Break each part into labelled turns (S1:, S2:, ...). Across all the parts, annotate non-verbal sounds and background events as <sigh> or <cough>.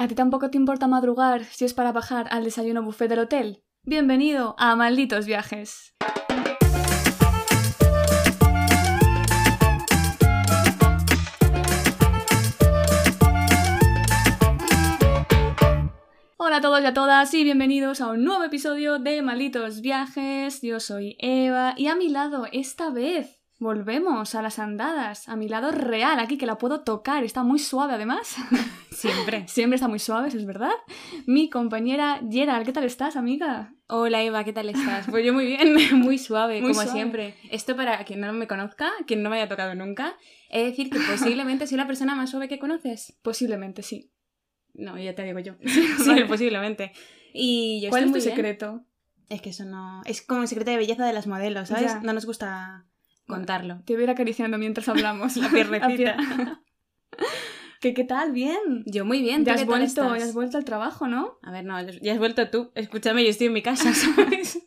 S1: ¿A ti tampoco te importa madrugar si es para bajar al desayuno buffet del hotel? Bienvenido a Malditos Viajes. Hola a todos y a todas y bienvenidos a un nuevo episodio de Malditos Viajes. Yo soy Eva y a mi lado esta vez volvemos a las andadas, a mi lado real aquí que la puedo tocar, está muy suave además.
S2: Siempre.
S1: Siempre está muy suave, eso es verdad. Mi compañera Gerald, ¿qué tal estás, amiga?
S2: Hola Eva, ¿qué tal estás? Pues yo muy bien, <laughs> muy suave,
S1: Muy
S2: como
S1: suave.
S2: siempre. Esto para quien no me conozca, quien no me haya tocado nunca, he de decir que posiblemente soy la persona más suave que conoces.
S1: Posiblemente sí.
S2: No, ya te digo <laughs> yo. Sí, posiblemente. Y yo
S1: ¿Cuál es tu
S2: estoy muy bien.
S1: secreto?
S2: Es que eso no. Es como el secreto de belleza de las modelos, ¿sabes?
S1: Ya.
S2: No nos gusta contarlo.
S1: Te voy a ir acariciando mientras hablamos.
S2: <laughs> La
S1: <laughs>
S2: piernecita.
S1: pierna. ¿Qué, ¿Qué tal? Bien.
S2: Yo muy bien, ¿tú
S1: Ya has,
S2: qué tal
S1: vuelto,
S2: estás?
S1: ya has vuelto al trabajo,
S2: <laughs>
S1: ¿no?
S2: A ver, no, ya has vuelto tú. Escúchame, yo estoy en mi <laughs> casa, ¿sabes?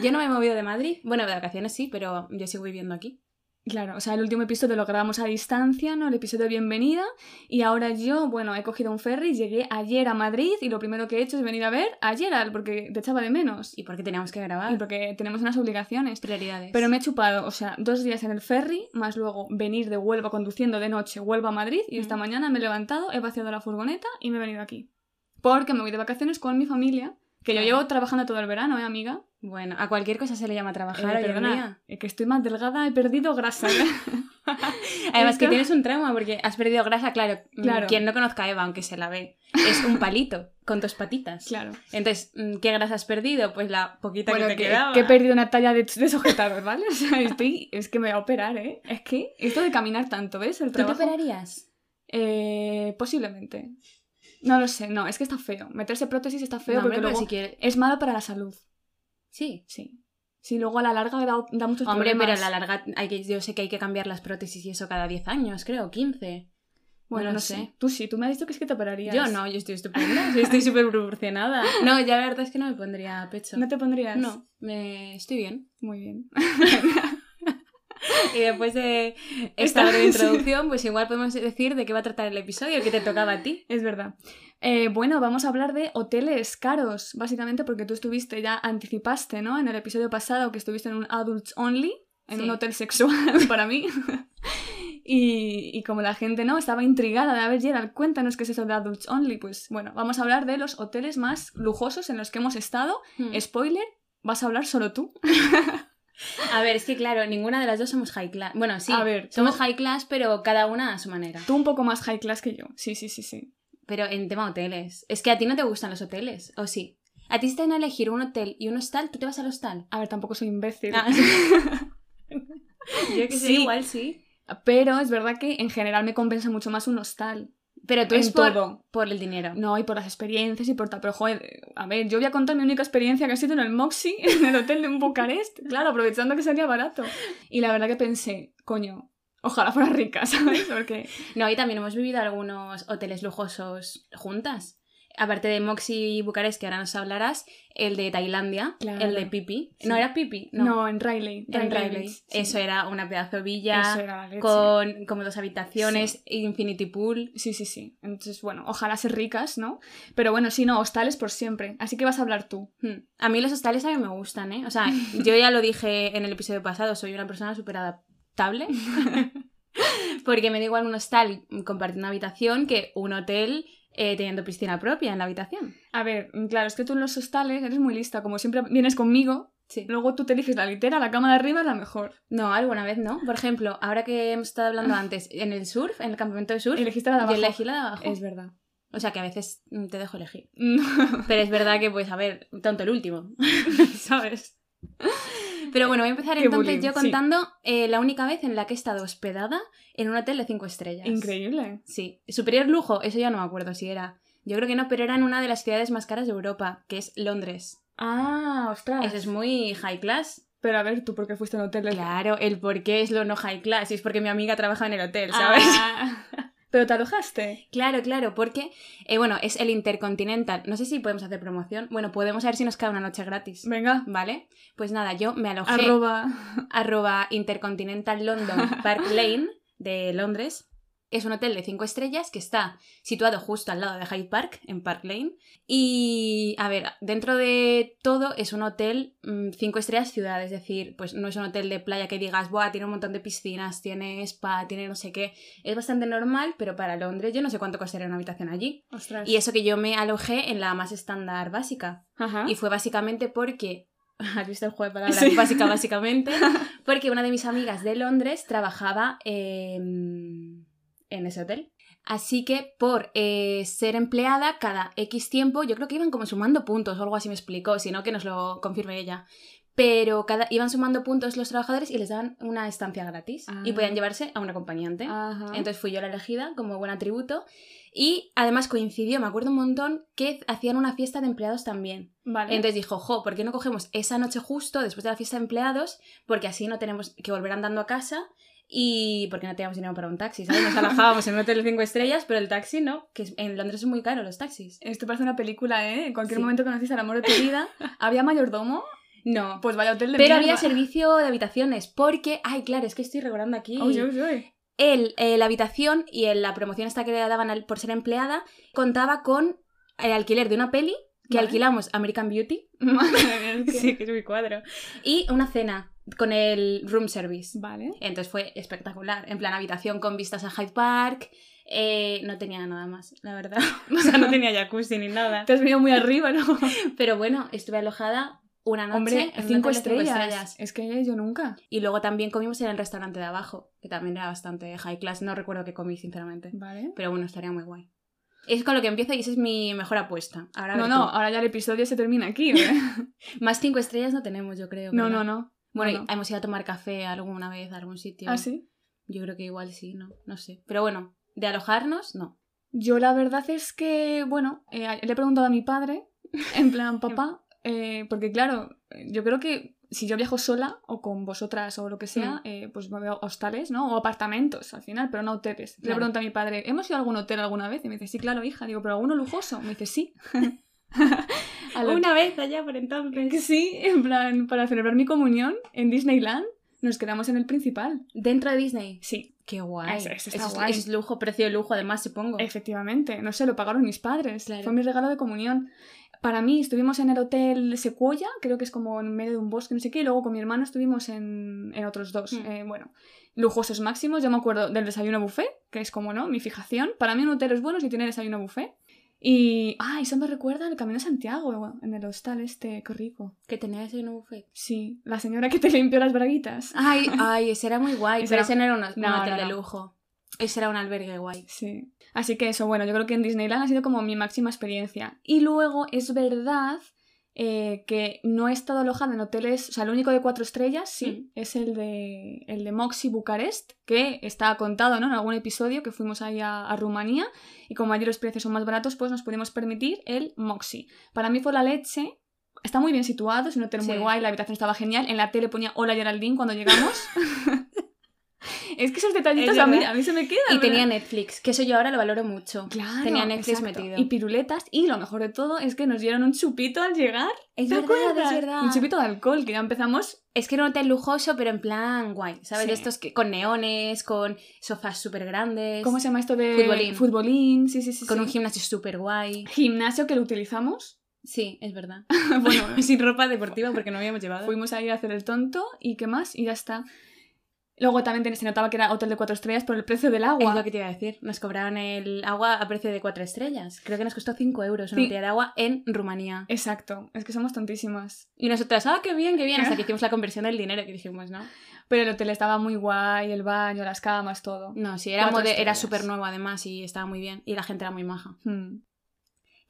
S2: yo no me he movido de Madrid. Bueno, de vacaciones sí, pero yo sigo viviendo aquí.
S1: Claro, o sea, el último episodio lo grabamos a distancia, ¿no? El episodio de bienvenida. Y ahora yo, bueno, he cogido un ferry, llegué ayer a Madrid y lo primero que he hecho es venir a ver a Gerald porque te echaba de menos.
S2: ¿Y por qué teníamos que
S1: Y
S2: grabar?
S1: porque tenemos unas obligaciones.
S2: Prioridades.
S1: Pero me he chupado, o sea, dos días en el ferry, más luego venir de Huelva conduciendo de noche Huelva a Madrid, y esta
S2: Mm.
S1: mañana me he levantado, he vaciado la furgoneta y me he venido aquí. Porque me voy de vacaciones con mi familia, que yo
S2: Claro.
S1: llevo trabajando todo el verano, ¿eh, amiga?
S2: Bueno, a cualquier cosa se le llama trabajar,
S1: Eh,
S2: hoy en
S1: perdona,
S2: día.
S1: eh, que estoy más delgada, he perdido grasa. ¿eh?
S2: <laughs> Además
S1: Esto-
S2: que tienes un trauma porque has perdido grasa, claro. mm,
S1: Claro.
S2: Quien no conozca a Eva, aunque se la ve, es un palito con dos patitas.
S1: <laughs> claro.
S2: Entonces, mm, ¿qué grasa has perdido? Pues la poquita
S1: Bueno,
S2: que te
S1: que,
S2: quedaba.
S1: que he perdido una talla de, de sujetador, ¿vale? <laughs> O sea, estoy, es que me voy a operar, ¿eh? Es que esto de caminar tanto, ¿ves? El
S2: ¿Tú te
S1: trabajo.
S2: operarías?
S1: Eh, posiblemente. No lo sé, no, es que está feo. Meterse prótesis está feo
S2: No, hombre,
S1: porque
S2: pero
S1: luego
S2: si quieres...
S1: es malo para la salud.
S2: Sí.
S1: Sí. Sí, luego a la larga da, da muchos
S2: Hombre, pero a
S1: problemas.
S2: la larga hay que, yo sé que hay que cambiar las prótesis y eso cada 10 años, creo, 15.
S1: Bueno,
S2: no
S1: no,
S2: sé.
S1: sé. Tú sí, tú me has dicho que es que te operarías.
S2: Yo no, yo estoy estupenda,
S1: <laughs>
S2: yo estoy súper proporcionada. No, ya la verdad es que no me pondría pecho.
S1: ¿No te pondrías?
S2: No, me... estoy bien.
S1: Muy bien.
S2: Y después <laughs> de
S1: Esta-
S2: esta breve
S1: sí.
S2: introducción, pues igual podemos decir de qué va a tratar el episodio, que te tocaba a ti.
S1: Es verdad. Eh, bueno, vamos a hablar de hoteles caros, básicamente porque tú estuviste, ya anticipaste, ¿no? En el episodio pasado que estuviste en un Adults Only, en
S2: Sí.
S1: un hotel sexual <laughs> para mí. y, y como la gente, ¿no? Estaba intrigada de, a ver, Gerald, cuéntanos qué es eso de Adults Only. Pues bueno, vamos a hablar de los hoteles más lujosos en los que hemos estado.
S2: Es-
S1: Spoiler, vas a hablar solo tú.
S2: A ver, es que claro, ninguna de las dos somos high class. Bueno, sí,
S1: A ver,
S2: somos high class, pero cada una a su manera.
S1: Tú un poco más high class que yo. Sí, sí, sí, sí.
S2: Pero en tema hoteles. Es que a ti no te gustan los hoteles, ¿o sí? A ti si te dan a elegir un hotel y un hostal, tú te vas al hostal.
S1: A ver, tampoco soy imbécil.
S2: Ah, <laughs> Yo
S1: sé,
S2: igual sí.
S1: Pero es verdad que en general me compensa mucho más un hostal.
S2: Pero tú
S1: En
S2: es por,
S1: todo.
S2: por el dinero.
S1: No, y por las experiencias y por tal. Pero, joder, a ver, yo voy a contar mi única experiencia que ha sido en el Moxie, <laughs> en el hotel de un Bucarest. Claro, aprovechando que salía barato. Y la verdad que pensé, coño, ojalá fuera rica, <laughs> ¿sabes? Porque
S2: No, y también hemos vivido algunos hoteles lujosos juntas. Aparte de Moxie y Bucarest, que ahora nos hablarás, el de Tailandia,
S1: Claro.
S2: el de Pipi.
S1: Sí.
S2: No era Pipi,
S1: no,
S2: no.
S1: en Riley.
S2: en Riley.
S1: Beach, sí.
S2: Eso era una pedazo de villa
S1: Eso era la leche.
S2: con como dos habitaciones, infinity pool.
S1: Sí, sí, sí. Entonces, bueno, ojalá ser ricas, ¿no? Pero bueno, sí, no, hostales por siempre. Así que vas a hablar tú.
S2: Hmm. A mí los hostales a mí me gustan, ¿eh?
S1: <laughs>
S2: O sea, yo ya lo dije en el episodio pasado, soy una persona súper adaptable.
S1: <laughs>
S2: Porque me da igual un hostal compartiendo una habitación que un hotel eh, teniendo piscina propia en la habitación.
S1: A ver, mm, claro, es que tú en los hostales eres muy lista. Como siempre vienes conmigo,
S2: Sí.
S1: luego tú te eliges la litera, la cama de arriba es la mejor.
S2: No, alguna vez no. Por ejemplo, ahora que hemos estado hablando antes, en el surf, en el campamento de surf,
S1: Elegiste la Ah. de
S2: yo
S1: abajo.
S2: elegí la de abajo.
S1: Es verdad. <laughs>
S2: O sea que a veces mm, te dejo elegir.
S1: No.
S2: Pero es verdad que, pues, a ver, tonto el último. <laughs> ¿Sabes? Pero bueno, voy a empezar
S1: Qué
S2: entonces
S1: bullying,
S2: yo
S1: sí.
S2: contando eh, la única vez en la que he estado hospedada en un hotel de cinco estrellas.
S1: Increíble.
S2: Sí. Superior lujo, eso ya no me acuerdo si era. Yo creo que no, pero era en una de las ciudades más caras de Europa, que es Londres.
S1: Ah, ostras.
S2: Eso es muy high class.
S1: Pero a ver, tú por qué fuiste a un hotel de-
S2: Claro, el por qué es lo no high class. Y es porque mi amiga trabaja en el hotel, ¿sabes?
S1: Ah. <laughs> Pero te alojaste.
S2: Claro, claro, porque, eh, bueno, es el Intercontinental. No sé si podemos hacer promoción. Bueno, podemos ver si nos queda una noche gratis.
S1: Venga.
S2: ¿Vale? Pues nada, yo me alojé
S1: Arroba.
S2: arroba Intercontinental London Park Lane de Londres. Es un hotel de 5 estrellas que está situado justo al lado de Hyde Park, en Park Lane. Y, a ver, dentro de todo es un hotel 5 estrellas ciudad, es decir, pues no es un hotel de playa que digas, Buah, tiene un montón de piscinas, tiene spa, tiene no sé qué. Es bastante normal, pero para Londres yo no sé cuánto costaría una habitación allí.
S1: Ostras.
S2: Y eso que yo me alojé en la más estándar básica.
S1: Ajá.
S2: Y fue básicamente porque. <laughs> ¿Has visto el juego de palabras?
S1: ¿Ah? Sí. <laughs>
S2: Básica, básicamente. Porque una de mis amigas de Londres trabajaba eh, en ese hotel. Así que por eh, ser empleada cada X tiempo, yo creo que iban como sumando puntos o algo así me explicó, si no que nos lo confirme ella. Pero cada, iban sumando puntos los trabajadores y les daban una estancia gratis y
S1: Ah.
S2: podían llevarse a un acompañante.
S1: Ajá.
S2: Entonces fui yo la elegida como buen atributo. Y además coincidió, me acuerdo un montón, que hacían una fiesta de empleados también.
S1: vale.
S2: Entonces dijo, jo, ¿por qué no cogemos esa noche justo después de la fiesta de empleados? Porque así no tenemos que volver andando a casa y porque no teníamos dinero para un taxi, ¿sabes? Nos
S1: <laughs>
S2: alojábamos en un hotel de 5 estrellas, pero el taxi no, que es- en Londres es muy caro los taxis.
S1: Esto parece una película, ¿eh? En cualquier
S2: Sí.
S1: momento conocéis al amor de tu vida. ¿Había mayordomo?
S2: No.
S1: Pues vaya hotel de
S2: Pero había
S1: mierda.
S2: servicio de habitaciones, porque, ay, claro, es que estoy recordando aquí.
S1: Uy, uy, uy. <laughs>
S2: el, eh, la habitación y en la promoción esta que le daban al- por ser empleada contaba con el alquiler de una peli que
S1: Vale.
S2: alquilamos American Beauty
S1: Madre mía, es que-
S2: que es mi cuadro y una cena con el room service
S1: Vale.
S2: entonces fue espectacular en plan habitación con vistas a Hyde Park eh, no tenía nada más
S1: <laughs>
S2: la verdad o sea no tenía jacuzzi ni nada
S1: Te has venido muy arriba, ¿no?
S2: <laughs> pero bueno estuve alojada una noche
S1: Hombre,
S2: en un
S1: cinco
S2: hotel de
S1: estrellas. Es que yo nunca.
S2: y luego también comimos en el restaurante de abajo que también era bastante high class no recuerdo qué comí sinceramente
S1: Vale.
S2: Pero bueno, estaría muy guay. Es con lo que empiezo y esa es mi mejor apuesta. Ahora a
S1: No,
S2: ver
S1: no, ahora ya el episodio se termina aquí,
S2: <laughs>
S1: ¿eh? <laughs>
S2: tú. Más cinco estrellas no tenemos, yo creo.
S1: No,
S2: ¿verdad?
S1: no, no.
S2: Bueno,
S1: no,
S2: y
S1: no.
S2: hemos ido a tomar café alguna vez, a algún sitio.
S1: ¿Ah, sí?
S2: Yo creo que igual sí, no, no sé. Pero bueno, de alojarnos, no.
S1: Yo la verdad es que, bueno, eh, le he preguntado a mi padre, en
S2: <laughs>
S1: plan, papá, eh, porque claro, yo creo que si yo viajo sola o con vosotras o lo que
S2: Mm.
S1: sea, eh, pues me voy a hostales, ¿no? O apartamentos al final, pero no hoteles. Le
S2: Claro.
S1: pregunto a mi padre, ¿hemos ido a algún hotel alguna vez? Y me dice, sí, claro, hija. Digo, ¿pero alguno lujoso? Me dice, sí. A lo
S2: vez allá por entonces.
S1: que sí, en plan, para celebrar mi comunión en Disneyland, nos quedamos en el principal.
S2: Dentro de Disney.
S1: Sí,
S2: Qué guay.
S1: Eso- eso está
S2: es,
S1: guay.
S2: eso es lujo, precio de lujo, además, supongo.
S1: Oh. Efectivamente, no sé, lo pagaron mis padres.
S2: Claro.
S1: Fue mi regalo de comunión. Para mí, estuvimos en el hotel Secuoya, creo que es como en medio de un bosque, no sé qué, y luego con mi hermano estuvimos en, en otros dos.
S2: Mm.
S1: Eh, bueno, lujosos máximos. Yo me acuerdo del desayuno buffet, que es como, ¿no? Mi fijación. Para mí, un hotel es bueno si tiene desayuno buffet. Y. ¡Ah! Eso me recuerda el camino de Santiago, en el hostal este, qué rico.
S2: Que tenías en un
S1: <laughs>
S2: buffet.
S1: Sí, la señora que te limpió las braguitas.
S2: Ay, ay, ese era muy guay.
S1: Ese
S2: pero
S1: era-
S2: ese no era un, un
S1: No,
S2: hotel
S1: no,
S2: de
S1: no.
S2: lujo. Ese era un albergue guay.
S1: Sí. Así que eso, bueno, yo creo que en Disneyland ha sido como mi máxima experiencia. Y luego es verdad eh, que no he estado alojada en hoteles, o sea, el único de cuatro estrellas, sí,
S2: Mm.
S1: es el de, el de Moxie Bucarest, que está contado, ¿no? En algún episodio que fuimos ahí a, a Rumanía y como allí los precios son más baratos, pues nos pudimos permitir el Moxie. Para mí fue la leche. Está muy bien situado, es un hotel muy
S2: Sí.
S1: guay, la habitación estaba genial. En la tele ponía Hola Geraldine cuando
S2: <laughs>
S1: llegamos. es que esos detallitos
S2: Es
S1: a mí,
S2: verdad.
S1: a mí se me quedan.
S2: Y
S1: ¿verdad?
S2: tenía Netflix, que eso yo ahora lo valoro mucho.
S1: Claro,
S2: Tenía Netflix
S1: exacto.
S2: metido.
S1: Y piruletas, y lo mejor de todo es que nos dieron un chupito al llegar.
S2: Es
S1: ¿Te
S2: verdad,
S1: acuerdas?
S2: es verdad.
S1: Un chupito de alcohol, que ya empezamos.
S2: Es que era un hotel lujoso, pero en plan guay, ¿sabes?
S1: Sí.
S2: De estos que, con neones, con sofás súper grandes,
S1: ¿Cómo se llama esto de
S2: Futbolín.
S1: Futbolín, sí, sí, sí.
S2: con
S1: sí.
S2: un gimnasio súper guay.
S1: gimnasio que lo utilizamos.
S2: Sí, es
S1: <laughs>
S2: verdad.
S1: bueno,
S2: <laughs> Sin ropa deportiva porque no habíamos llevado.
S1: fuimos ahí a hacer el tonto y qué más, y ya está. Luego también ten- se notaba que era hotel de cuatro estrellas por el precio del
S2: Es
S1: agua.
S2: lo que te iba a decir. Nos cobraron el agua a precio de cuatro estrellas. Creo que nos costó cinco euros una
S1: Sí.
S2: botella de agua en Rumanía.
S1: Exacto, es que somos tontísimas.
S2: Y nosotras, ah, qué bien, qué bien. Hasta que hicimos la conversión del dinero que dijimos, ¿no?
S1: Pero el hotel estaba muy guay, el baño, las camas, todo.
S2: No, sí, era,
S1: Cuatro
S2: mode- era
S1: estrellas.
S2: súper nuevo además y estaba muy bien. Y la gente era muy maja.
S1: Hmm.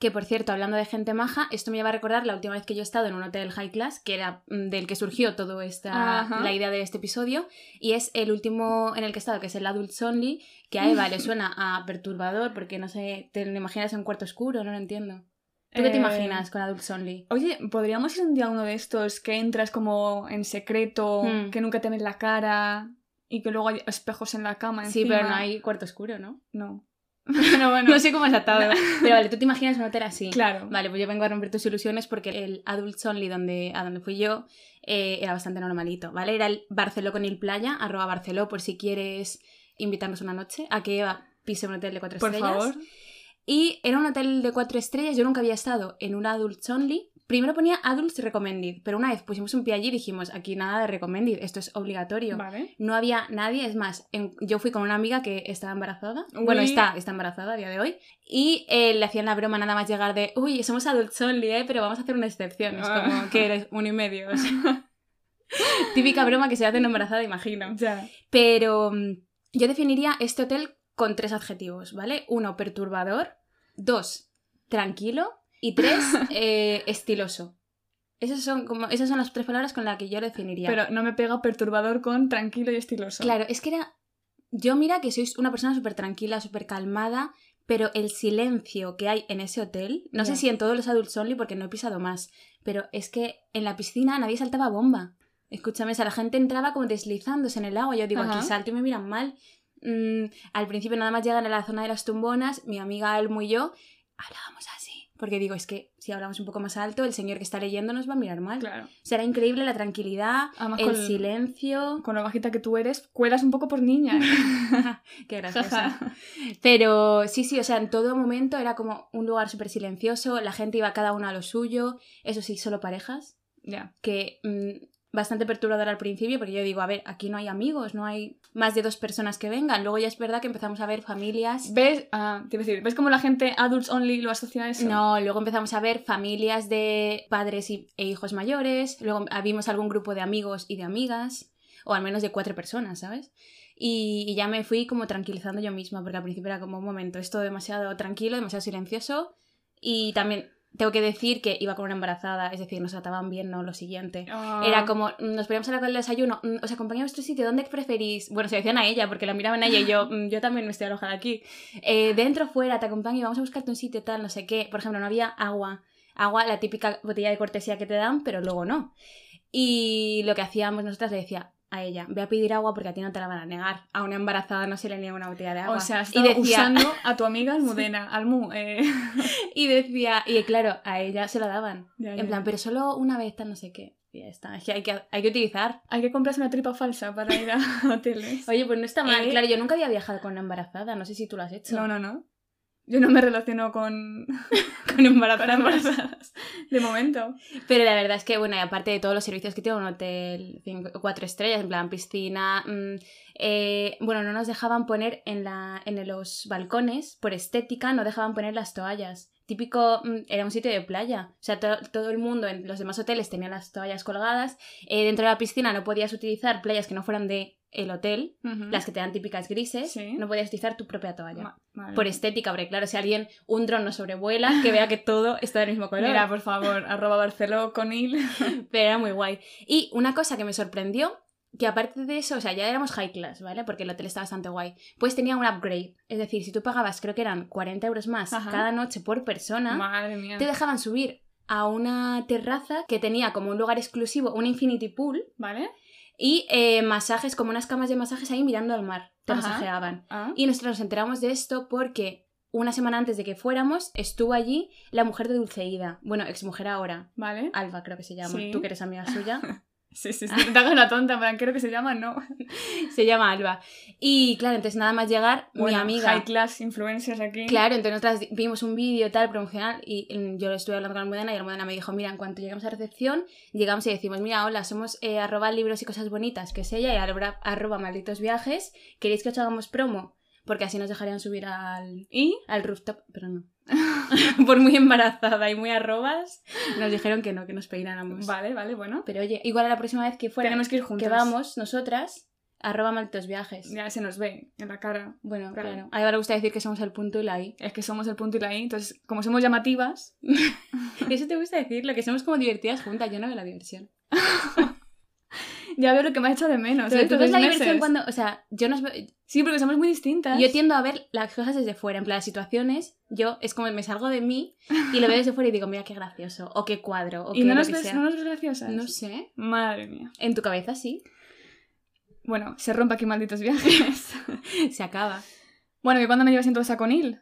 S2: Que por cierto, hablando de gente maja, esto me lleva a recordar la última vez que yo he estado en un hotel high class, que era mm, del que surgió todo esta
S1: Ajá.
S2: la idea de este episodio, y es el último en el que he estado, que es el Adult Only, que a
S1: <laughs>
S2: Eva le suena a perturbador, porque no sé, te lo imaginas en un cuarto oscuro, no lo entiendo. ¿Tú qué
S1: Eh,
S2: te imaginas con Adult Only?
S1: Oye, ¿podríamos ir un día a uno de estos que entras como en secreto,
S2: Hmm.
S1: que nunca te ven la cara y que luego hay espejos en la cama?
S2: Sí,
S1: encima?
S2: pero no hay cuarto oscuro, ¿no? <laughs>
S1: No. Bueno, bueno.
S2: No sé cómo
S1: <laughs>
S2: has atado. Pero vale, tú te imaginas un hotel así.
S1: Claro.
S2: Vale, pues yo vengo a romper tus ilusiones porque el Adults Only donde, a donde fui yo eh, era bastante normalito, ¿vale? Era el Barceló con el playa, arroba Barceló por si quieres invitarnos una noche a que Eva pise un hotel de cuatro
S1: Por
S2: estrellas.
S1: favor.
S2: Y era un hotel de cuatro estrellas, yo nunca había estado en un adults only. Primero ponía adults recommended, pero una vez pusimos un pie allí y dijimos, aquí nada de recommended, esto es obligatorio.
S1: Vale.
S2: No había nadie, es más, en- yo fui con una amiga que estaba embarazada.
S1: Uy.
S2: Bueno, está, está embarazada a día de hoy. Y eh, le hacían la broma nada más llegar de, uy, somos adults only, eh, pero vamos a hacer una excepción. Es
S1: Ah.
S2: como que eres uno y medio.
S1: <laughs>
S2: o sea. Típica broma que se hace en embarazada, imagino.
S1: Ya.
S2: Pero mm, yo definiría este hotel con tres adjetivos, ¿vale? Uno, perturbador. Dos, tranquilo.
S1: <laughs>
S2: Y tres, eh, estiloso. Esas son, como, esas son las tres palabras con las que yo lo definiría.
S1: Pero no me pega perturbador con tranquilo y estiloso.
S2: Claro, es que era. Yo mira que sois una persona súper tranquila, súper calmada, pero el silencio que hay en ese hotel, no
S1: Ya.
S2: sé si en todos los adults only porque no he pisado más, pero es que en la piscina nadie saltaba bomba. Escúchame, o sea, la gente entraba como deslizándose en el agua. Yo digo,
S1: Ajá.
S2: aquí salto y me miran mal. Mm, al principio nada más llegan a la zona de las tumbonas, mi amiga Elmo y yo hablábamos así. Porque digo, es que si hablamos un poco más alto, el señor que está leyendo nos va a mirar mal.
S1: Claro.
S2: O sea, era increíble la tranquilidad,
S1: Además,
S2: el
S1: con-
S2: silencio.
S1: Con lo bajita que tú eres, cuelas un poco por niña. ¿eh?
S2: Qué
S1: Jaja.
S2: <laughs> graciosa. Pero sí, sí, o sea, en todo momento era como un lugar súper silencioso, la gente iba cada uno a lo suyo, eso sí, solo parejas,
S1: <laughs> ya.
S2: que mm, bastante perturbador al principio, porque yo digo, a ver, aquí no hay amigos, no hay más de dos personas que vengan, luego ya es verdad que empezamos a ver familias.
S1: ¿Ves? Ah, te iba a decir, ¿ves cómo la gente adults only lo asocia a eso?
S2: No, luego empezamos a ver familias de padres y- e hijos mayores, luego ah, vimos algún grupo de amigos y de amigas, o al menos de cuatro personas, ¿sabes? Y, y ya me fui como tranquilizando yo misma, porque al principio era como un momento, esto demasiado tranquilo, demasiado silencioso, y también tengo que decir que iba con una embarazada, es decir, nos trataban bien, ¿no? Lo siguiente.
S1: Ah,
S2: Era como, mm, nos poníamos a hablar del desayuno, mm, os acompaño a vuestro sitio, ¿dónde preferís? Bueno, se lo decían a ella, porque la miraban a ella y yo,
S1: <laughs>
S2: mm, yo también me estoy alojada aquí. Eh, dentro, fuera, te acompaño, vamos a buscarte un sitio, tal, no sé qué. Por ejemplo, no había agua. Agua, la típica botella de cortesía que te dan, pero luego no. Y lo que hacíamos nosotras le decía a ella, ve a pedir agua porque a ti no te la van a negar. A una embarazada no se le niega una botella de agua.
S1: O sea, has
S2: y
S1: estado
S2: decía,
S1: usando a tu amiga Almudena, Almu. eh.
S2: <laughs>
S1: <laughs>
S2: y decía, y claro, a ella se la daban.
S1: Ya, ya.
S2: En plan, pero solo una vez, tal, no sé qué. Y ya está, es que hay que, hay que utilizar.
S1: Hay que comprarse una tripa falsa para ir a <laughs> hoteles.
S2: Oye, pues no está mal.
S1: Eh,
S2: Claro, yo nunca había viajado con una embarazada. No sé si tú lo has hecho.
S1: No, no, no. Yo no me relaciono con, <laughs>
S2: con
S1: con embarazadas. De momento.
S2: Pero la verdad es que, bueno, y aparte de todos los servicios que tiene un hotel, cinco- cuatro estrellas, en plan piscina. mm, eh, bueno, no nos dejaban poner en, la, en los balcones, por estética, no dejaban poner las toallas. Típico, mm, era un sitio de playa. O sea, to- todo el mundo en los demás hoteles tenía las toallas colgadas. Eh, dentro de la piscina no podías utilizar playas que no fueran de el hotel, las que te dan típicas grises.
S1: Sí.
S2: No podías utilizar tu propia toalla.
S1: Ma- madre
S2: por
S1: mía.
S2: estética, porque claro, si alguien, un dron nos sobrevuela,
S1: <laughs>
S2: que vea que todo está del mismo color.
S1: Mira, por favor, arroba Barceló con il.
S2: Pero era muy guay. Y una cosa que me sorprendió, que aparte de eso, o sea, ya éramos high class, ¿vale? Porque el hotel está bastante guay. Pues tenía un upgrade. Es decir, si tú pagabas, creo que eran 40 euros más
S1: Ajá.
S2: cada noche por persona,
S1: Madre mía.
S2: te dejaban subir a una terraza que tenía como un lugar exclusivo, un infinity pool,
S1: ¿Vale?
S2: y eh, masajes, como unas camas de masajes ahí mirando al mar. Te
S1: Ajá.
S2: masajeaban.
S1: Ah.
S2: Y nosotros nos enteramos de esto porque una semana antes de que fuéramos estuvo allí la mujer de Dulceida. Bueno, exmujer ahora.
S1: ¿Vale?
S2: Alba creo que se llama.
S1: Sí.
S2: Tú que
S1: <laughs>
S2: eres amiga suya.
S1: Sí, sí,
S2: <laughs>
S1: sí. Te hagas la tonta, en plan, creo que se llama, ¿no?
S2: se llama Alba. Y claro, entonces nada más llegar,
S1: Bueno,
S2: mi amiga.
S1: High class influencers aquí.
S2: Claro, entonces nosotras vimos un vídeo tal promocional y mm, yo estuve hablando con Almudena y Almudena me dijo, mira, en cuanto llegamos a recepción, llegamos y decimos, mira, hola, somos eh, arroba libros y cosas bonitas, que es ella, y arroba, arroba malditos viajes, ¿queréis que os hagamos promo? Porque así nos dejarían subir al,
S1: Y
S2: al rooftop, pero no. <laughs> Por muy embarazada y muy arrobas, nos dijeron que no, que nos peináramos.
S1: Vale, vale, bueno.
S2: Pero oye, igual a la próxima vez que fuera
S1: Tenemos que ir juntas.
S2: Pues, que vamos, nosotras, arroba malditos viajes.
S1: Ya se nos ve en la cara.
S2: Bueno,
S1: Claro.
S2: claro. A Eva le gusta decir que somos el punto y
S1: <laughs>
S2: la I.
S1: Es que somos el punto y la I. Entonces, como somos llamativas,
S2: Eso te gusta decirlo, que somos como divertidas juntas. Yo no veo la diversión.
S1: ya veo lo que me ha hecho de menos. ¿eh?
S2: Pero tú
S1: Estos
S2: ves la
S1: dos
S2: diversión
S1: meses.
S2: cuando. O sea, yo no. os veo-
S1: Sí, porque somos muy distintas.
S2: Yo tiendo a ver las cosas desde fuera. En plan, las situaciones, yo es como me salgo de mí y lo veo desde fuera y digo, mira qué gracioso, o qué cuadro, o
S1: ¿Y
S2: qué
S1: no
S2: lo
S1: nos,
S2: que
S1: ves,
S2: sea.
S1: no nos ves graciosas?
S2: No sé.
S1: Madre mía.
S2: En tu
S1: <laughs>
S2: cabeza sí,
S1: Bueno, se rompe aquí malditos viajes. <laughs>
S2: se acaba.
S1: bueno, ¿y cuándo me llevas entonces a Conil?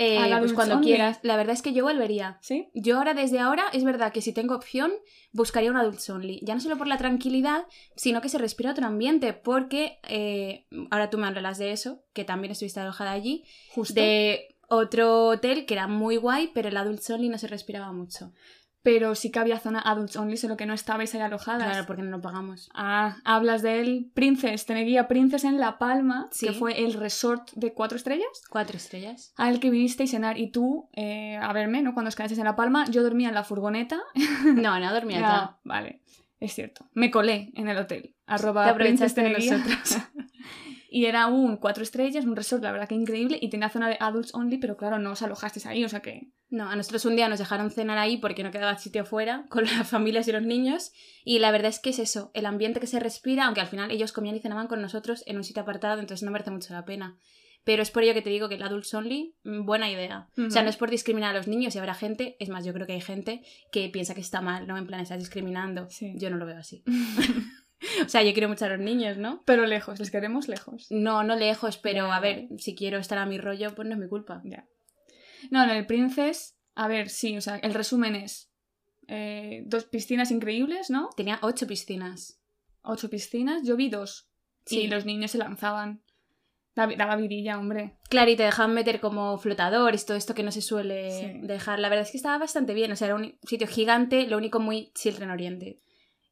S2: eh,
S1: A la
S2: pues
S1: Dulce
S2: cuando
S1: Only.
S2: quieras. La verdad es que yo volvería.
S1: ¿Sí?
S2: Yo ahora, desde ahora, es verdad que si tengo opción, buscaría un adult only. Ya no solo por la tranquilidad, sino que se respira otro ambiente, porque eh, ahora tú me hablas de eso, que también estuviste alojada allí,
S1: Justo.
S2: de otro hotel que era muy guay, pero el adult only no se respiraba mucho.
S1: Pero sí que había zona adults only, solo que no estabais ahí alojadas.
S2: Claro, porque no lo pagamos.
S1: Ah, hablas del Princess, Teneguía Princess en La Palma,
S2: Sí.
S1: que fue el resort de cuatro estrellas
S2: Cuatro estrellas.
S1: al que vinisteis a cenar y tú eh, a verme, ¿no? Cuando os quedasteis en La Palma, yo dormía en la furgoneta.
S2: <laughs> No, no dormía
S1: Ah,
S2: ya.
S1: vale, es cierto. Me colé en el hotel. Arroba
S2: Te aprovechaste de
S1: Princess Teneguía.
S2: <laughs> nosotros.
S1: Y era un cuatro estrellas, un resort, la verdad que increíble, y tenía zona de adults only, pero claro, no os alojasteis ahí, o sea que...
S2: No, a nosotros un día nos dejaron cenar ahí porque no quedaba sitio fuera con las <laughs> familias y los niños. Y la verdad es que es eso, el ambiente que se respira, aunque al final ellos comían y cenaban con nosotros en un sitio apartado, entonces no merece mucho la pena. Pero es por ello que te digo que el Adult Only, mm, buena idea. O
S1: Ujú.
S2: sea, no es por discriminar a los niños y habrá gente, es más, yo creo que hay gente que piensa que está mal, ¿no? En plan, estás discriminando.
S1: Sí.
S2: Yo no lo
S1: <laughs>
S2: veo así. <laughs> o sea, yo quiero mucho a los niños, ¿no?
S1: Pero lejos, les queremos lejos.
S2: No, no lejos, pero
S1: Ya,
S2: a ver,
S1: vale.
S2: si quiero estar a mi rollo, pues no es mi culpa.
S1: No, en el Princess, a ver, sí, o sea, el resumen es... eh, dos piscinas increíbles, ¿no?
S2: Tenía ocho piscinas.
S1: Ocho piscinas, yo vi dos. Y los niños se lanzaban. Daba, daba vidilla, hombre.
S2: Claro, y te dejaban meter como flotadores, todo esto que no se suele
S1: Sí.
S2: dejar. La verdad es que estaba bastante bien, o sea, era un sitio gigante, lo único muy Children Oriente.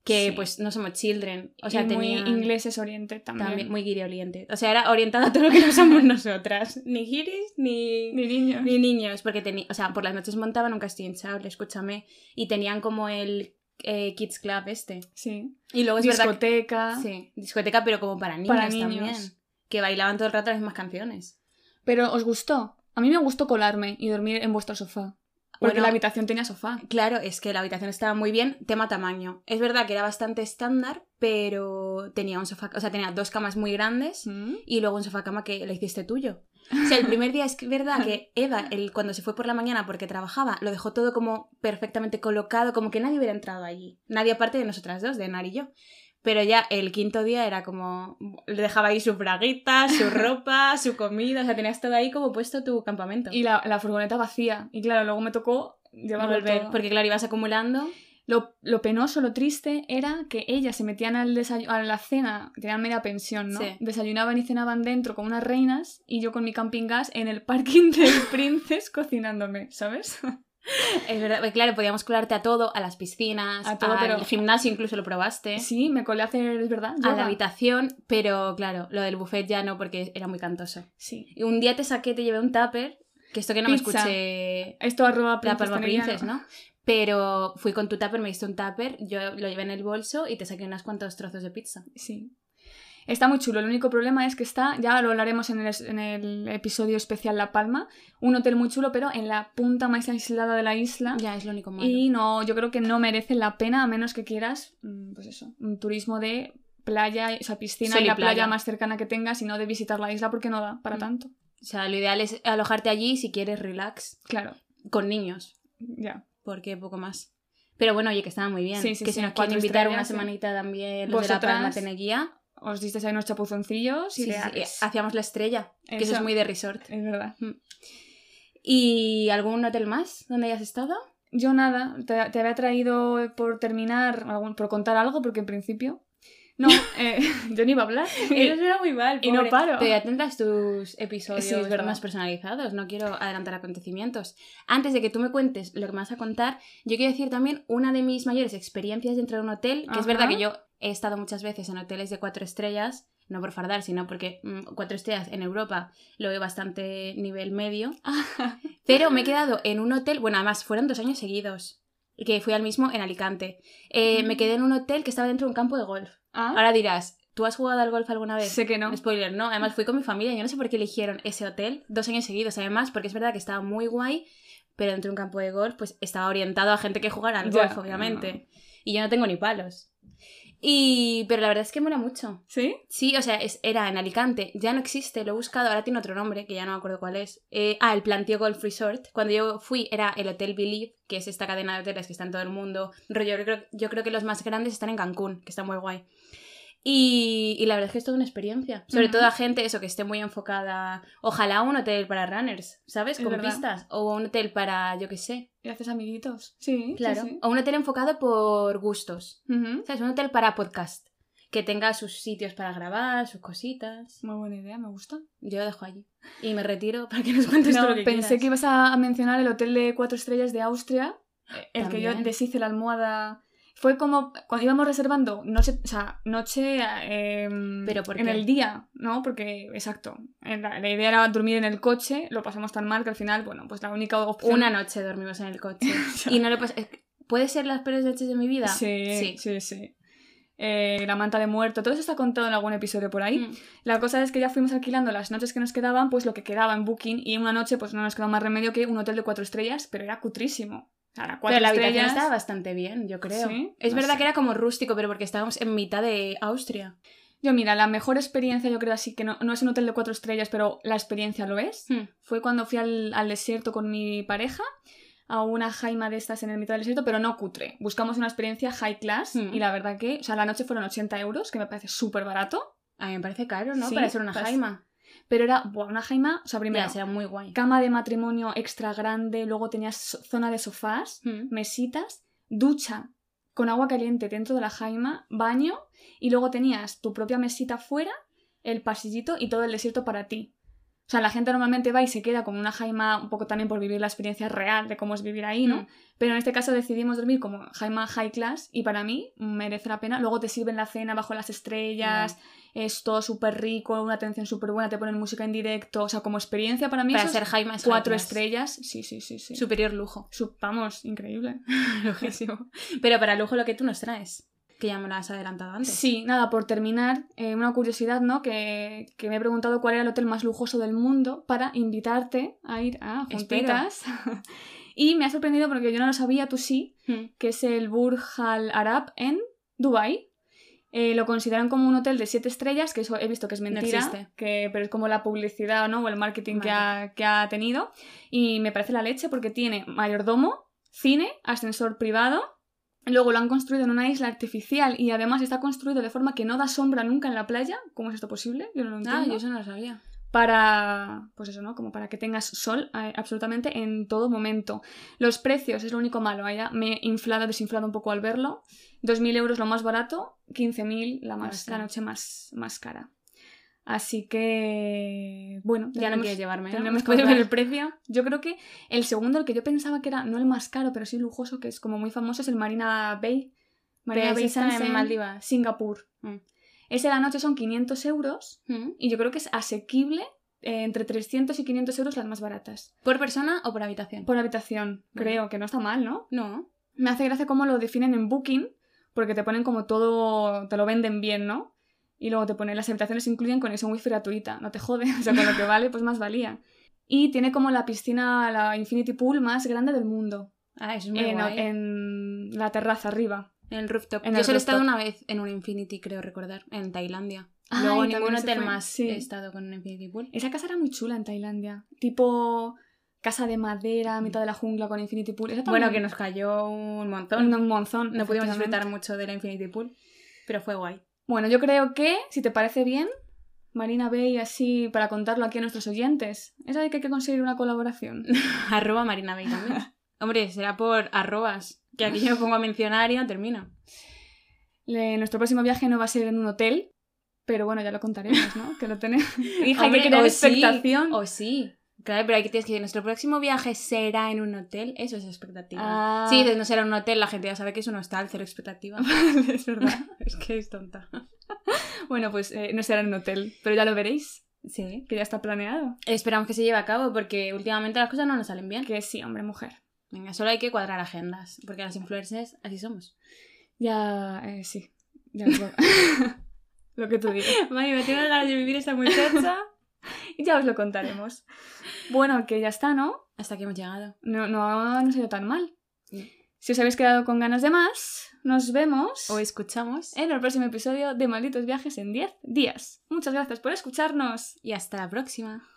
S2: Que
S1: Sí.
S2: pues no somos Children, o sea,
S1: y
S2: tenía
S1: muy ingleses oriente también.
S2: también muy guiri oriente. O sea, era orientado a todo lo que no somos nosotras, <laughs> ni giris ni,
S1: Ni niños.
S2: ni niños, porque tenía, o sea, por las noches montaban un castillo hinchable, escúchame, y tenían como el eh, Kids Club este.
S1: Sí.
S2: Y luego es Pues verdad
S1: Discoteca.
S2: que- sí, discoteca, pero como para niños,
S1: Para niños.
S2: también, que bailaban todo el rato las mismas canciones.
S1: Pero ¿os gustó? A mí me gustó colarme y dormir en vuestro sofá. Porque
S2: Bueno,
S1: la habitación tenía sofá.
S2: Claro, es que la habitación estaba muy bien, tema tamaño. Es verdad que era bastante estándar, pero tenía un sofá, o sea, tenía dos camas muy grandes y luego un sofá cama que lo hiciste tuyo. O sea, el primer día es que-
S1: <laughs>
S2: verdad que Eva, el, cuando se fue por la mañana porque trabajaba, lo dejó todo como perfectamente colocado, como que nadie hubiera entrado allí. Nadie aparte de nosotras dos, de Nari y yo. Pero ya el quinto día era como. Le dejaba ahí sus
S1: <laughs>
S2: braguitas, su ropa, su comida, o sea, tenías todo ahí como puesto tu campamento.
S1: Y la, la furgoneta vacía. Y claro, luego me tocó llevarlo
S2: volver,
S1: todo.
S2: porque claro, ibas acumulando.
S1: Lo, lo penoso, lo triste era que ellas se metían al desayu- a la cena, tenían media pensión, ¿no?
S2: Sí.
S1: Desayunaban y cenaban dentro con unas reinas y yo con mi camping gas en el parking <laughs> del Princess cocinándome, ¿sabes?
S2: Es verdad, porque claro, podíamos colarte a todo, a las piscinas,
S1: A todo,
S2: al
S1: pero-
S2: gimnasio incluso lo probaste,
S1: Sí, me colé a hacer, es verdad,
S2: a
S1: yoga.
S2: la habitación, pero claro, lo del buffet ya no porque era muy cantoso.
S1: Sí.
S2: Y un día te saqué, te llevé un tupper, que esto que no
S1: Pizza.
S2: me escuché
S1: Esto arroba
S2: la
S1: Princess
S2: palma
S1: Teneriano.
S2: princess, ¿no? Pero fui con tu tupper, me diste un tupper, yo lo llevé en el bolso y te saqué unos cuantos trozos de pizza.
S1: Sí. Está muy chulo. El único problema es que está, ya lo hablaremos en el, es- en el episodio especial La Palma, un hotel muy chulo, pero en la punta más aislada de la isla.
S2: Ya, es lo único malo.
S1: Y no, yo creo que no merece la pena a menos que quieras, mm, pues eso, un turismo de playa, o sea, piscina
S2: Sol
S1: y
S2: y
S1: la playa.
S2: playa.
S1: más cercana que tengas y no de visitar la isla porque no da para
S2: Mm.
S1: tanto.
S2: O sea, lo ideal es alojarte allí si quieres relax,
S1: Claro,
S2: con niños.
S1: ya.
S2: porque poco más. Pero bueno, oye, que estaba muy bien.
S1: Sí, sí,
S2: que
S1: sí,
S2: si nos quieren
S1: cuatro
S2: invitar una
S1: estrellas, sí.
S2: semanita también los de la
S1: Vosotras.
S2: Palma Teneguía,
S1: Os disteis ahí unos chapuzoncillos
S2: sí,
S1: y
S2: sí, Ah. sí,
S1: ideales.
S2: hacíamos la estrella, que eso
S1: Eso.
S2: es muy de resort.
S1: Es verdad.
S2: ¿Y algún hotel más donde hayas estado?
S1: Yo nada, te, te había traído por terminar, algún- por contar algo, porque en principio... No,
S2: <laughs>
S1: eh, <laughs> yo no iba a hablar.
S2: era muy mal,
S1: y no
S2: pobre.
S1: paro.
S2: Pero ya tendrás tus episodios
S1: Sí, es verdad.
S2: más personalizados, no quiero adelantar acontecimientos. Antes de que tú me cuentes lo que me vas a contar, yo quiero decir también una de mis mayores experiencias dentro de un hotel, que es verdad
S1: Ajá.
S2: que yo he estado muchas veces en hoteles de cuatro estrellas, no por fardar, sino porque mm, cuatro estrellas en Europa lo veo bastante
S1: <laughs>
S2: nivel medio, pero me he quedado en un hotel, bueno, además fueron dos años seguidos, que fui al mismo en Alicante. Eh,
S1: Mm.
S2: Me quedé en un hotel que estaba dentro de un campo de golf.
S1: Ah,
S2: Ahora dirás, ¿tú has jugado al golf alguna vez?
S1: sé que no.
S2: Spoiler, no. Además fui con mi familia. Yo no sé por qué eligieron ese hotel dos años seguidos, además, porque es verdad que estaba muy guay, pero dentro de un campo de golf, pues estaba orientado a gente que jugara al
S1: Ya,
S2: golf, obviamente. Y yo no tengo ni palos. Y... Pero la verdad es que mola mucho.
S1: ¿Sí?
S2: Sí, o sea, es- era en Alicante. Ya no existe, lo he buscado. Ahora tiene otro nombre, que ya no me acuerdo cuál es. Eh, ah, el Plantio Golf Resort. Cuando yo fui era el Hotel Believe, que es esta cadena de hoteles que está en todo el mundo. Rollo, Yo creo, yo creo que los más grandes están en Cancún, que está muy guay. Y, y la verdad es que es toda una experiencia. Sobre
S1: Ujú.
S2: todo a gente, eso, que esté muy enfocada. Ojalá un hotel para runners, ¿sabes?
S1: Es
S2: Con
S1: verdad.
S2: pistas. O un hotel para, yo qué sé.
S1: Gracias, amiguitos. Sí,
S2: Claro.
S1: sí, sí.
S2: O un hotel enfocado por gustos.
S1: Ujú.
S2: ¿Sabes? Un hotel para podcast. Que tenga sus sitios para grabar, sus cositas.
S1: Muy buena idea, me gusta.
S2: Yo lo dejo allí. Y me retiro para
S1: <laughs>
S2: que nos cuentes
S1: No,
S2: todo lo que
S1: pensé que
S2: quieras.
S1: ibas a mencionar el hotel de cuatro estrellas de Austria, eh, el que yo
S2: También.
S1: deshice la almohada. Fue como cuando íbamos reservando noche, o sea, noche em,
S2: ¿Pero por
S1: en
S2: qué?
S1: el día, ¿no? Porque, exacto, en la, la idea era dormir en el coche, lo pasamos tan mal que al final, bueno, pues la única opción... <laughs>
S2: Una noche dormimos en el coche.
S1: Ya.
S2: y no lo pas- es que- ¿Puede ser las peores noches de mi vida?
S1: Sí, sí, sí. Eh, la manta de muerto, todo eso está contado en algún episodio por ahí.
S2: Mm.
S1: La cosa es que ya fuimos alquilando las noches que nos quedaban, pues lo que quedaba en Booking, y una noche pues no nos quedó más remedio que un hotel de cuatro estrellas, pero era cutrísimo. O sea, era cuatro
S2: pero la habitación
S1: estrellas.
S2: estaba bastante bien, yo creo.
S1: Sí,
S2: Es
S1: no
S2: verdad
S1: sé.
S2: que era como rústico, pero porque estábamos en mitad de Austria.
S1: Yo mira, la mejor experiencia, yo creo así, que no, no es un hotel de cuatro estrellas, pero la experiencia lo es, fue cuando fui al, al desierto con mi pareja, a una jaima de estas en el mitad del desierto, pero no cutre. Buscamos una experiencia high class,
S2: Mm.
S1: y la verdad que, o sea, la noche fueron 80 euros, que me parece súper barato.
S2: A mí me parece caro, ¿no?
S1: Sí,
S2: Para ser una
S1: pues,
S2: jaima.
S1: Pero era buah, una jaima, o sea, primero,
S2: Mira, será muy guay.
S1: cama de matrimonio extra grande, luego tenías so- zona de sofás,
S2: Mm.
S1: mesitas, ducha con agua caliente dentro de la jaima, baño, y luego tenías tu propia mesita fuera, el pasillito y todo el desierto para ti. O sea, la gente normalmente va y se queda como en una jaima un poco también por vivir la experiencia real de cómo es vivir ahí, ¿no?
S2: Mm.
S1: Pero en este caso decidimos dormir como jaima high class y para mí merece la pena. Luego te sirven la cena bajo las estrellas, es todo súper rico, una atención súper buena, te ponen música en directo, o sea, como experiencia para mí
S2: Para
S1: eso
S2: ser
S1: es
S2: jaima es
S1: cuatro
S2: high class.
S1: estrellas, sí, sí, sí, sí. <laughs>
S2: Superior lujo.
S1: Su- vamos, increíble.
S2: Lojísimo. <laughs> pero para lujo lo que tú nos traes. Que ya me lo has adelantado antes.
S1: Sí, nada, por terminar, eh, una curiosidad, ¿no? Que, que me he preguntado cuál era el hotel más lujoso del mundo para invitarte a ir a juntitas. <laughs> y me ha sorprendido porque yo no lo sabía, tú sí,
S2: Mm.
S1: que es el Burj Al Arab en Dubai. Eh, lo consideran como un hotel de siete estrellas, que eso he visto que es mentira,
S2: existe.
S1: que, pero es como la publicidad ¿no? o el marketing que, ha, que ha tenido. Y me parece la leche porque tiene mayordomo, cine, ascensor privado. Luego lo han construido en una isla artificial y además está construido de forma que no da sombra nunca en la playa. ¿Cómo es esto posible? Yo no lo entiendo.
S2: Ah, yo eso no lo sabía.
S1: Para, pues eso, ¿no? Como para que tengas sol eh, absolutamente en todo momento. Los precios es lo único malo. ahí ya me he inflado, desinflado un poco al verlo. 2.000 euros lo más barato, 15.000 la, más,
S2: Más
S1: la
S2: caro.
S1: noche más, más cara. Así que, bueno,
S2: Ya no
S1: tenemos- <laughs>
S2: quieres llevarme. ¿no? <laughs>
S1: tendremos que
S2: Después de ver
S1: ahorrar.
S2: el precio.
S1: Yo creo que el segundo, el que yo pensaba que era no el más caro, pero sí lujoso, que es como muy famoso, es el Marina Bay. Marina
S2: Pero
S1: Bay
S2: ese está
S1: Sands
S2: en Maldivas.
S1: Singapur.
S2: Mm.
S1: Ese de la noche son 500 euros
S2: Mm.
S1: y yo creo que es asequible eh, entre 300 y 500 euros las más baratas
S2: ¿Por persona o por habitación?
S1: por habitación.
S2: Vale.
S1: Creo que no está mal, ¿no?
S2: No.
S1: Me hace gracia cómo lo definen en Booking, porque te ponen como todo, te lo venden bien, ¿no? Y luego te ponen las habitaciones se incluyen conexión wifi gratuita, no te jode, <laughs> o sea, con lo que vale, pues más valía. Y tiene como la piscina, la infinity pool más grande del mundo,
S2: Ah, eso es muy
S1: en,
S2: guay.
S1: en la terraza arriba.
S2: En el rooftop.
S1: En
S2: Yo
S1: el
S2: solo he estado
S1: rooftop.
S2: una vez en un Infinity, creo recordar, en Tailandia.
S1: Ay,
S2: Luego en
S1: también
S2: ningún
S1: se
S2: hotel
S1: fue,
S2: más
S1: sí.
S2: he estado con un Infinity Pool.
S1: Esa casa era muy chula en Tailandia, tipo casa de madera, mitad de la jungla con infinity pool. Esa
S2: Mm. Bueno,
S1: también-
S2: que nos cayó un montón. No,
S1: Un monzón.
S2: pudimos
S1: efectivamente.
S2: disfrutar mucho de la Infinity Pool, pero fue
S1: <laughs>
S2: guay.
S1: Bueno, yo creo que, si te parece bien, Marina Bay, así para contarlo aquí a nuestros oyentes, es ahí que hay que conseguir una
S2: <laughs>
S1: colaboración.
S2: arroba Marina Bay también.
S1: <laughs>
S2: Hombre, será por arrobas, que aquí yo me pongo a mencionar y no termino.
S1: Le- nuestro próximo viaje no va a ser en un hotel, pero bueno, ya lo contaremos, ¿no? Que lo
S2: <laughs>
S1: tenemos. Hija,
S2: Hombre,
S1: hay que crear
S2: o sí,
S1: expectación.
S2: O sí. Claro, pero hay que tienes que decir, nuestro próximo viaje será en un hotel. Eso es expectativa.
S1: Ah.
S2: Si dices, no será un hotel, la gente ya sabe que es un hostal, cero <laughs> expectativa.
S1: es
S2: <laughs>
S1: verdad.
S2: es que es tonta.
S1: bueno, pues eh, no será en un hotel, pero ya lo veréis,
S2: Sí.
S1: que ya está planeado.
S2: Esperamos que se lleve a cabo porque últimamente las cosas no nos salen bien.
S1: Que sí, hombre, mujer.
S2: Venga, solo hay que cuadrar agendas, porque las influencers así somos.
S1: Ya, eh, sí. Ya os lo... <laughs> lo que tú digas.
S2: Mari, me tengo ganas de vivir esta muchacha.
S1: Y <laughs> ya os lo contaremos. Bueno, que ya está, ¿no?
S2: Hasta aquí hemos llegado.
S1: No, no, no ha sido tan mal.
S2: No.
S1: Si os habéis quedado con ganas de más, nos vemos
S2: O escuchamos. eh,
S1: en el próximo episodio de Malditos Viajes en 10 días. Muchas gracias por escucharnos.
S2: Y hasta la próxima.